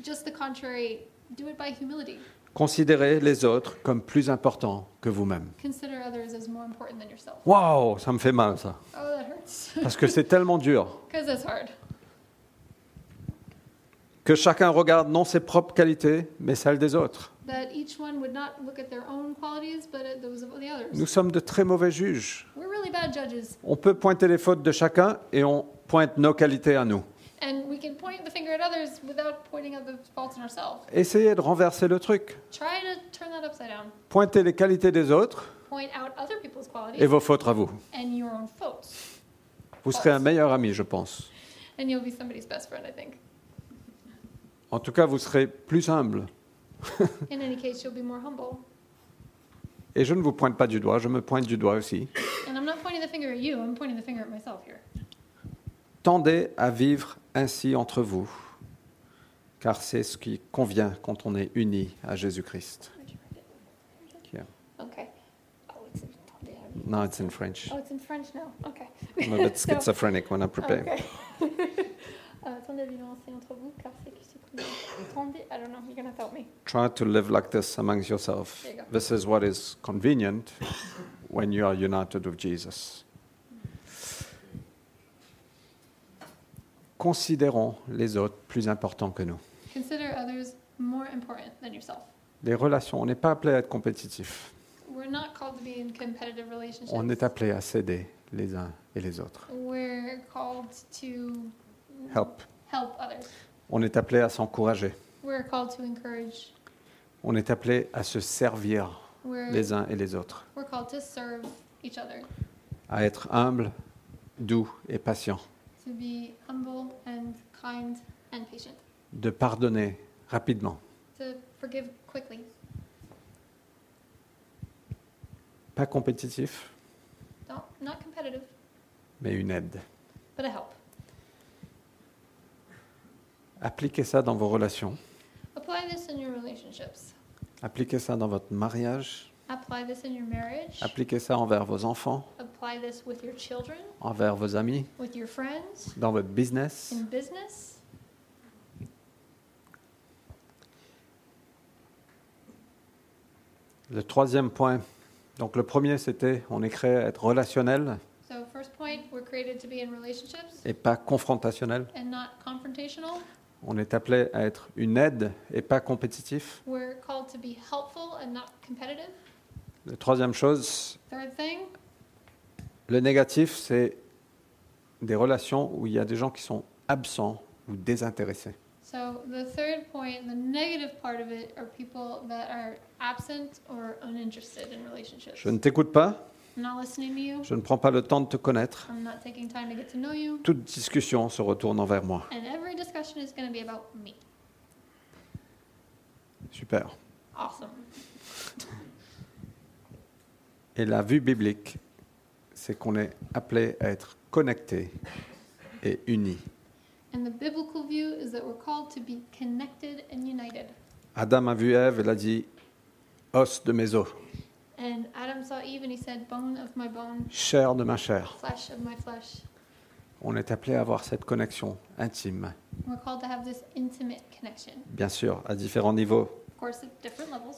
Just the contrary, do it by humility. considérez les autres comme plus importants que vous-même. Consider others as more important than yourself. Waouh, ça me fait mal ça, Oh, that hurts. parce que c'est tellement dur. Because that's hard. Que chacun regarde non ses propres qualités, mais celles des autres. That each one would not look at their own qualities, but at those of the Nous others. sommes de très mauvais juges. We're really bad judges, On peut pointer les fautes de chacun et on pointe nos qualités à nous. and we can point the finger at others without pointing out the faults in ourselves. Essayez de renverser le truc. Try to turn that upside down. Pointez les qualités des autres Point out other people's et qualities vos fautes à vous. and your own faults, Vous serez un meilleur ami, je pense. and you'll be somebody's best friend, I think. En tout cas, vous serez plus humble. In any case, you'll be more humble. Et je ne vous pointe pas du doigt, je me pointe du doigt aussi. And I'm not pointing the finger at you, I'm pointing the finger at myself here. Tendez à vivre ainsi entre vous, car c'est ce qui convient quand on est uni à Jésus-Christ. Where'd you write it? Here. Okay. Oh, it's in- Now it's in French. Oh, it's in French now. Okay. I'm a bit So- schizophrenic when I prepare. Okay. Euh, Attendez, violencez entre vous, car c'est qui se Attendez, I don't know, you're gonna help me. Try to live like this amongst yourself. There you go. This is what is convenient when you are united with Jesus. Considérons les autres plus importants que nous. Consider others more important than yourself. Les relations, on n'est pas appelé à être compétitif. We're not called to be in competitive relationships. On est appelé à s'aider les uns et les autres. We're called to Help. help others. On est appelé à s'encourager. We're called to encourage. On est appelé à se servir We're les uns et les autres. we're called to serve each other, À être humble, doux et patient. to be humble and kind and patient, De pardonner rapidement. to forgive quickly, Pas compétitif, Don't, not competitive, mais une aide. but a help. Appliquez ça dans vos relations. Apply this in your relationships. Appliquez ça dans votre mariage. Apply this in your marriage. Appliquez ça envers vos enfants, Apply this with your children, envers vos amis, with your friends, dans votre business. in business. Le troisième point. Donc le premier, c'était on est créé à être relationnel So, first point, we're created to be in relationships et pas confrontationnel. and not confrontational. On est appelé à être une aide et pas compétitif. We're called to be helpful and not competitive. La troisième chose, Third thing, le négatif, c'est des relations où il y a des gens qui sont absents ou désintéressés. so the third point, the negative part of it are people that are absent or uninterested in relationships. Je ne t'écoute pas, I'm not listening to you. je ne prends pas le temps de te connaître. I'm not taking time to get to know you. Toute discussion se retourne envers moi. And every discussion is going to be about me. Super. Awesome. Et la vue biblique, c'est qu'on est appelé à être connecté et unis. And the biblical view is that we're called to be connected and united. Adam a vu Ève, il a dit os de mes os, And Adam saw Eve and he said, Bone of my bone, chair de ma chair. flesh of my flesh. On est appelé à avoir cette connexion intime, We're called to have this intimate connection. bien sûr, à différents niveaux, Of course, at different levels,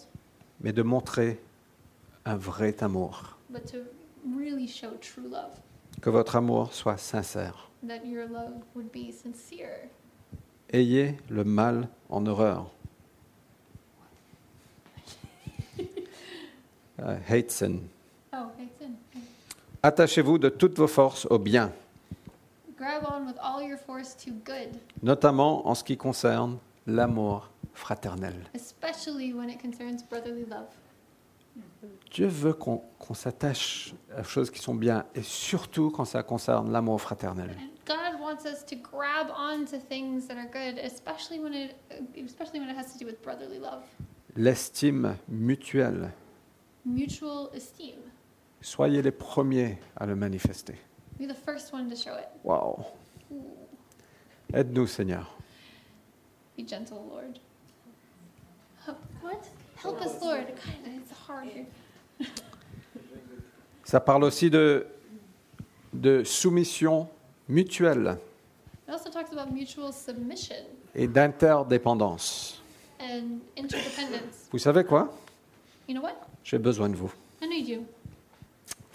mais de montrer un vrai amour. but to really show true love, Que votre amour soit sincère. that your love would be sincere. Ayez le mal en horreur. Euh, hate sin. Oh, okay, it's in. Attachez-vous de toutes vos forces au bien, Grab on with all your force to good, notamment en ce qui concerne l'amour fraternel. especially when it concerns brotherly love. Dieu veut qu'on qu'on s'attache à choses qui sont bien, et surtout quand ça concerne l'amour fraternel. And God wants us to grab on to things that are good, especially when it especially when it has to do with brotherly love. L'estime mutuelle, Mutual esteem. soyez les premiers à le manifester. Be the first one to show it. Wow. Ooh, Aide-nous, Seigneur. Be gentle, Lord. Help- What? Help us, Lord. God, it's hard here. Ça parle aussi de, de soumission mutuelle It also talks about mutual submission et d'interdépendance. and interdependence. Vous savez quoi You know what? J'ai besoin de vous. I need you.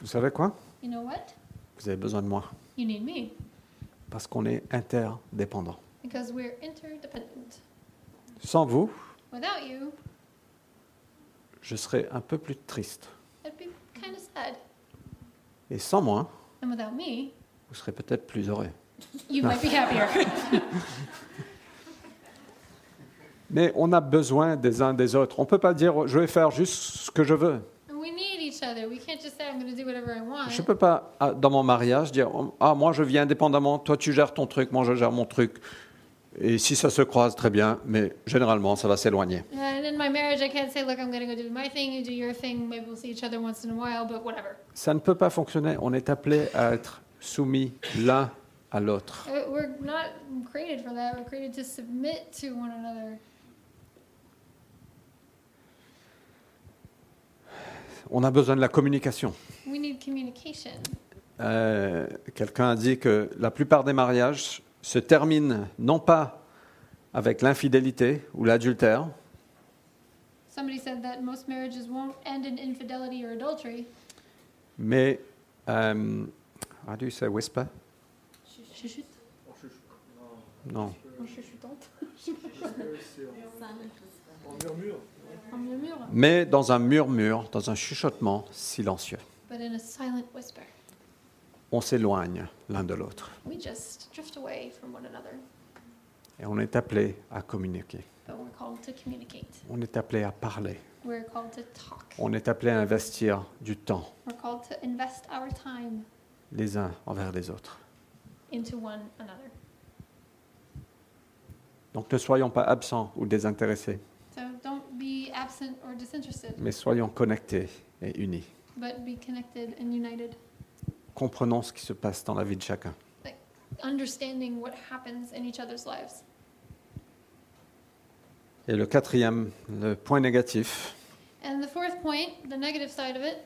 Vous savez quoi You know what? Vous avez besoin de moi. You need me. Parce qu'on est interdépendants. Because we're interdependent. Sans vous, Without you, je serais un peu plus triste. I'd be kind of sad. Et sans moi, And without me, vous serez peut-être plus heureux. you might be happier. Mais on a besoin des uns des autres. On ne peut pas dire je vais faire juste ce que je veux. And we need each other. We can't just say I'm going to do whatever I want. Je ne peux pas, ah, dans mon mariage, dire ah, moi je vis indépendamment, toi tu gères ton truc, moi je gère mon truc. Et si ça se croise, très bien, mais généralement ça va s'éloigner. And in my marriage, I can't say, look, I'm going to go do my thing, you do your thing. Maybe we'll see each other once in a while, but whatever. Ça ne peut pas fonctionner. On est appelé à être soumis l'un à l'autre. Uh, We're not created for that. We're created to submit to one another. On a besoin de la communication. We need communication. Euh, Quelqu'un a dit que la plupart des mariages se terminent non pas avec l'infidélité ou l'adultère, Somebody said that most marriages won't end in infidelity or adultery. mais euh, how do you say whisper? Chuchut. Non. En chuchutante. En murmure. En murmure. Mais dans un murmure, dans un chuchotement silencieux. But in a silent whisper. On s'éloigne l'un de l'autre We just drift away from one another, et on est appelé à communiquer. but we're called to communicate. On est appelé à parler. We're called to talk. On est appelé à investir du temps We're called to invest our time les uns envers les autres. into one another. Donc ne soyons pas absents ou désintéressés, So don't be absent or disinterested, mais soyons connectés et unis. but be connected and united, comprenons ce qui se passe dans la vie de chacun. understanding what happens in each other's lives. Et le quatrième, le point négatif, And the fourth point, the negative side of it,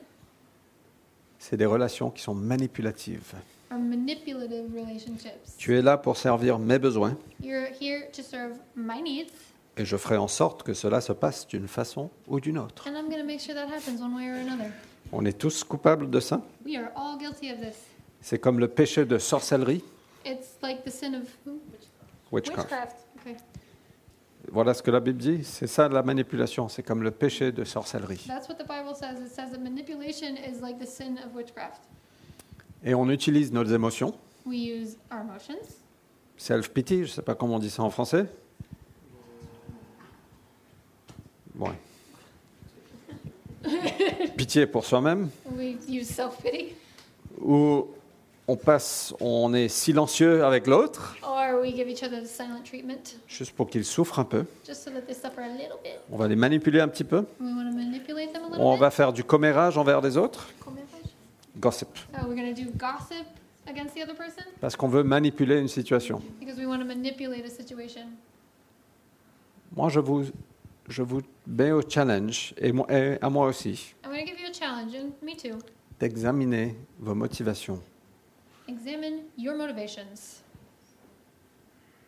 c'est des relations qui sont manipulatives. are manipulative relationships. Tu es là pour servir mes besoins You're here to serve my needs, et je ferai en sorte que cela se passe d'une façon ou d'une autre. and I'm going to make sure that happens one way or another. On est tous coupables de ça. We are all guilty of this. C'est comme le péché de sorcellerie, It's like the sin of who? witchcraft. Okay. Voilà ce que la Bible dit. C'est ça la manipulation. C'est comme le péché de sorcellerie. That's what the Bible says. It says that manipulation is like the sin of witchcraft. Et on utilise nos émotions, We use our emotions, self-pity, je ne sais pas comment on dit ça en français. Ouais. Pitié pour soi-même. we use self pity, Ou on passe, on est silencieux avec l'autre, or we give each other the silent treatment juste pour qu'il souffre un peu. just so that they suffer a little bit. On va les manipuler un petit peu. We want to manipulate them a little On bit. va faire du commérage envers les autres. Gossip. Oh, we're going to do gossip against the other person Parce qu'on veut manipuler une situation. because we want to manipulate a situation. Moi, je vous, je vous mets au challenge, et, moi- et à moi aussi, I'm going to give you a challenge, and me too. d'examiner vos motivations Examine your motivations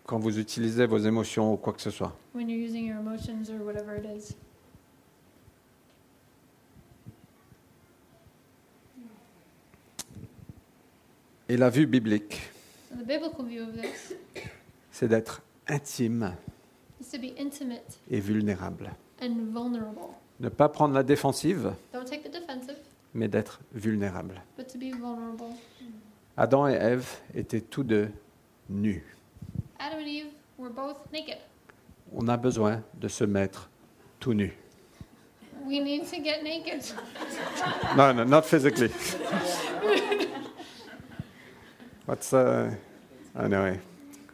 quand vous utilisez vos émotions ou quoi que ce soit. when you're using your emotions or whatever it is. Et la vue biblique, So the biblical view of this c'est d'être intime is to be intimate et vulnérable. and vulnerable. Ne pas prendre la défensive, Don't take the defensive, mais d'être vulnérable. but to be vulnerable. Adam et Ève étaient tous deux nus. Adam and Eve were both naked. On a besoin de se mettre tout nu. We need to get naked. Non, non, not physically. What's uh, oh no, eh.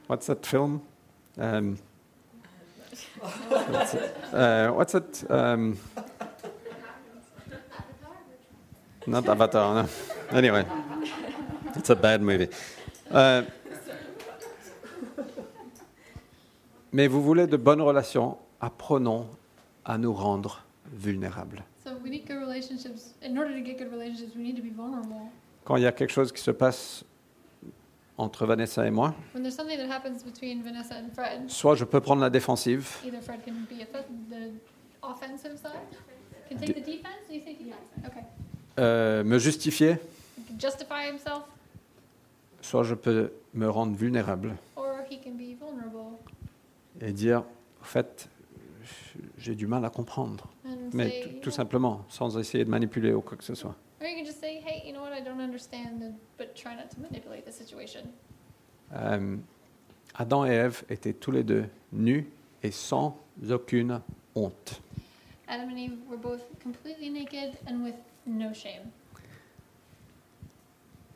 what's that film? Um, what's it? Uh, what's it? Um, not Avatar. No. Anyway, it's a bad movie. Uh, mais vous voulez de bonnes relations, apprenons à nous rendre vulnérables. So we need good relationships. In order to get good relationships, we need to be vulnerable. quand il y a quelque chose qui se passe entre Vanessa et moi, When there's something that happens between Vanessa and Fred, soit je peux prendre la défensive either Fred can be at the, the offensive side, can take the defense. Do you say defense? Okay. euh, me justifier, He can justify himself, soit je peux me rendre vulnérable or he can be vulnerable et dire, en fait, j'ai du mal à comprendre. and Mais say, tout- you tout know- simplement, sans essayer de manipuler ou quoi que ce soit. or you can just say, hey, you know what? I don't understand, and- but try not to manipulate the situation. Euh, Adam et Ève étaient tous les deux nus et sans aucune honte. Adam and Eve were both completely naked and with no shame.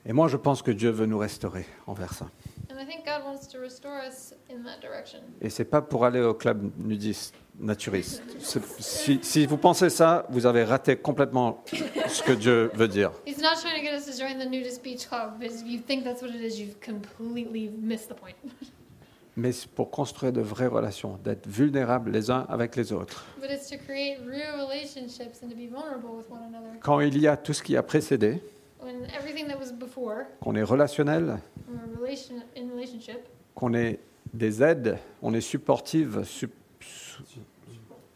Et moi, je pense que Dieu veut nous restaurer envers ça. And I think God wants to restore us in that direction. Et c'est pas pour aller au club nudiste naturiste. C'est- Si, si vous pensez ça, vous avez raté complètement ce que Dieu veut dire. He's not trying to get us to join the nudist beach club. If you think that's what it is, you've completely missed the point. Mais c'est pour construire de vraies relations, d'être vulnérables les uns avec les autres. But it's to create real relationships and to be vulnerable with one another. Quand il y a tout ce qui a précédé, When everything that was before, qu'on est relationnel, when we're relation, in relationship, qu'on est des aides, on est supportive, sup- su-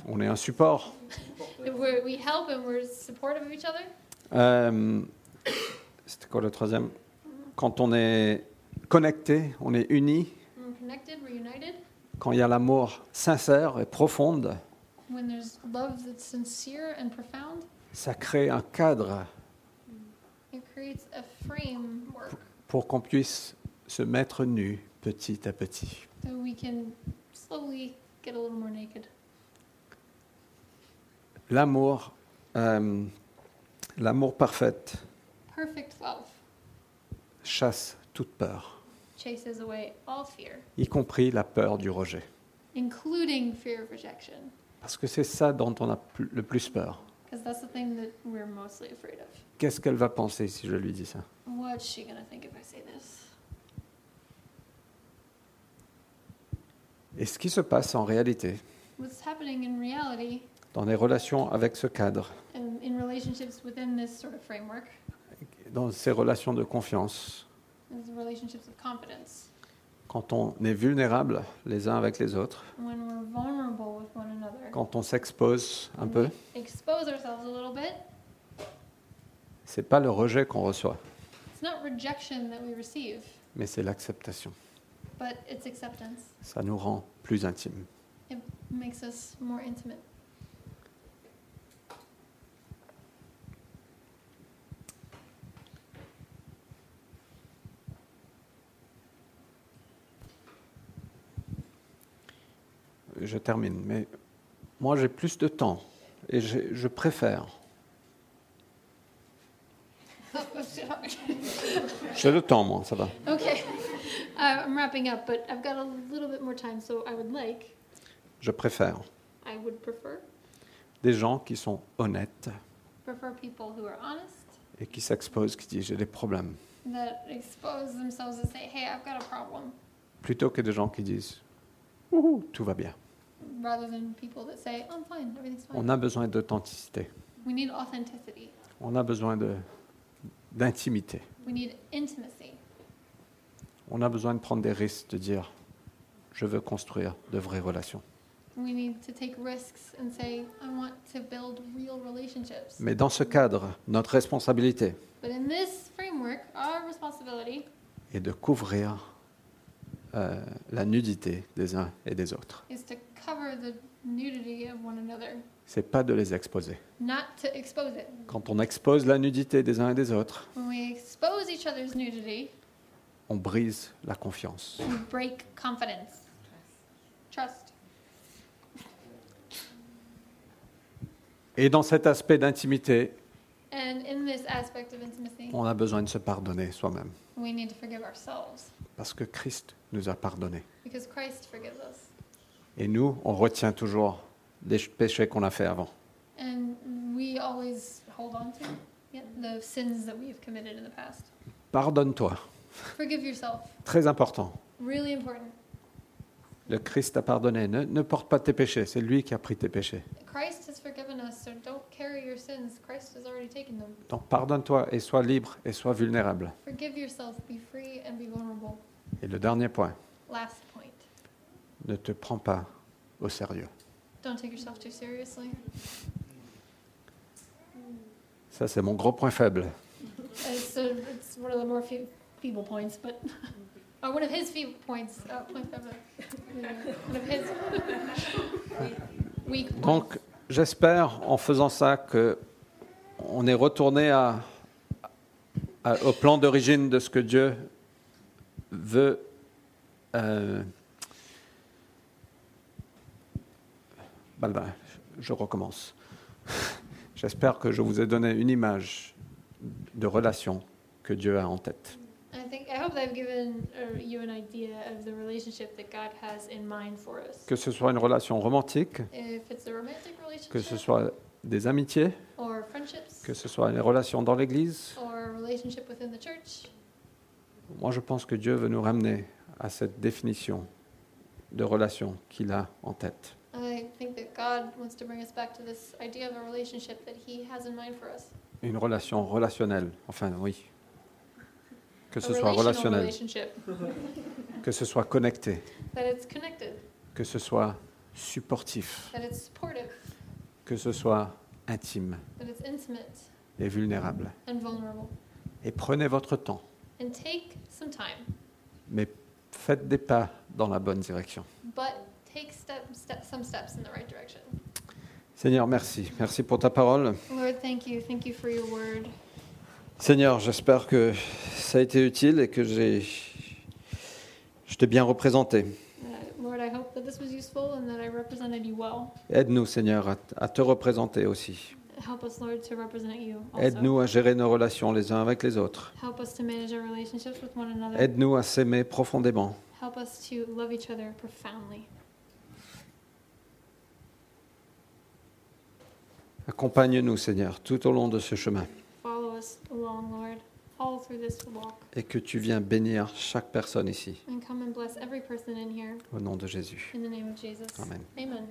on est un support, that we're, we help and we're supportive of each other. Euh, c'était quoi le troisième Quand on est connecté, on est uni, When we're connected, we're united. quand il y a l'amour sincère et profonde, When there's love that's sincere and profound, ça crée un cadre it creates a framework pour qu'on puisse se mettre nu petit à petit. so we can slowly get a little more naked. L'amour, euh, l'amour parfait Perfect love chasse toute peur, chases away all fear, y compris la peur du rejet. including fear of rejection. Parce que c'est ça dont on a pl- le plus peur. Because that's the thing that we're mostly afraid of. Qu'est-ce qu'elle va penser si je lui dis ça What's she going to think if I say this? Et ce qui se passe en réalité What's happening in reality, dans les relations avec ce cadre, um, in relationships within this sort of framework, dans ces relations de confiance, is the relationships of confidence. quand on est vulnérable les uns avec les autres, When we're vulnerable with one another, quand on s'expose un peu, expose ourselves a little bit, c'est pas le rejet qu'on reçoit, it's not rejection that we receive, mais c'est l'acceptation. but it's acceptance. Ça nous rend plus intimes. It makes us more intimate. Je termine, mais moi j'ai plus de temps et j'ai- je préfère. J'ai le temps, moi, ça va. okay, uh, I'm wrapping up, but I've got a little bit more time, so I would like, Je préfère I would prefer, des gens qui sont honnêtes prefer people who are honest, et qui s'exposent, qui disent j'ai des problèmes, that expose themselves and say, hey, I've got a problem, plutôt que des gens qui disent Wouhou, tout va bien. rather than people that say, oh, I'm fine, everything's fine. On a besoin d'authenticité. We need authenticity. On a besoin de- d'intimité. We need intimacy. On a besoin de prendre des risques, de dire je veux construire de vraies relations. We need to take risks and say, I want to build real relationships. Mais dans ce cadre, notre responsabilité But in this framework, our responsibility est de couvrir euh, la nudité des uns et des autres. is to cover the nudity of one another, C'est pas de les exposer. not to expose it. Quand on expose la nudité des uns et des autres, When we expose each other's nudity, on brise la confiance. we break confidence, trust. Et dans cet aspect d'intimité, And in this aspect of intimacy, on a besoin de se pardonner soi-même. we need to forgive ourselves Parce que Christ nous a pardonné. because Christ forgives us. Et nous, on retient toujours les péchés qu'on a fait avant. And we always hold on to yeah, the sins that we've committed in the past. Pardonne-toi. Forgive yourself. Très important. Really important. Le Christ t'a pardonné. Ne, ne porte pas tes péchés. C'est lui qui a pris tes péchés. Christ has forgiven us, so don't carry your sins. Christ has already taken them. Donc pardonne-toi et sois libre et sois vulnérable. Forgive yourself, be free, and be vulnerable. Et le dernier point, Last point. ne te prends pas au sérieux. Don't take yourself too seriously. Ça, c'est mon gros point faible. It's, uh, it's one of the more few feeble points, but. Or one of his feeble points. Oh, point of a- one of his weak points. Donc j'espère en faisant ça que on est retourné à- à- au plan d'origine de ce que Dieu veut euh, ben, ben, je recommence. J'espère que je vous ai donné une image de relation que Dieu a en tête. I think I hope that I've given uh, you an idea of the relationship that God has in mind for us. Que ce soit une relation romantique, If it's a romantic que ce relationship soit des amitiés, or friendships que ce soit une relation dans l'Église, or a relationship within the church, Moi, je pense que Dieu veut nous ramener à cette définition de relation qu'il a en tête. I think that God wants to bring us back to this idea of a relationship that He has in mind for us. Une relation relationnelle, enfin oui. Que a ce soit relational relationnel, relationship que ce soit connecté, that it's connected, que ce soit supportif, that it's supportive, que ce soit intime that it's intimate et vulnérable. and vulnerable. Et prenez votre temps, And take some time, mais faites des pas dans la bonne direction. but take step, step, some steps in the right direction. Seigneur, merci. Merci pour ta parole. Lord, thank you. Thank you for your word. Seigneur, j'espère que ça a été utile et que j'ai... je t'ai bien représenté. Uh, Lord, I hope that this was useful and that I represented you well. Aide-nous, Seigneur, à, à te représenter aussi. Help us, Lord, to represent you also. Aide-nous à gérer nos relations les uns avec les autres. Help us to manage our relationships with one another. Aide-nous à s'aimer profondément. Help us to love each other profoundly. Accompagne-nous, Seigneur, tout au long de ce chemin Follow us along, Lord, all through this walk, et que tu viens bénir chaque personne ici. and come and bless every person in here. Au nom de Jésus. In the name of Jesus. Amen. Amen.